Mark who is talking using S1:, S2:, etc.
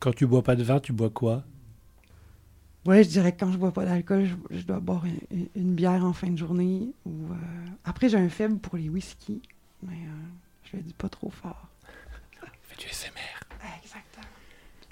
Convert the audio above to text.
S1: Quand tu bois pas de vin, tu bois quoi
S2: Ouais, je dirais que quand je bois pas d'alcool, je, je dois boire une, une- une bière en fin de journée. Ou, euh, Après, j'ai un faible pour les whisky, mais euh, je le dis pas trop fort.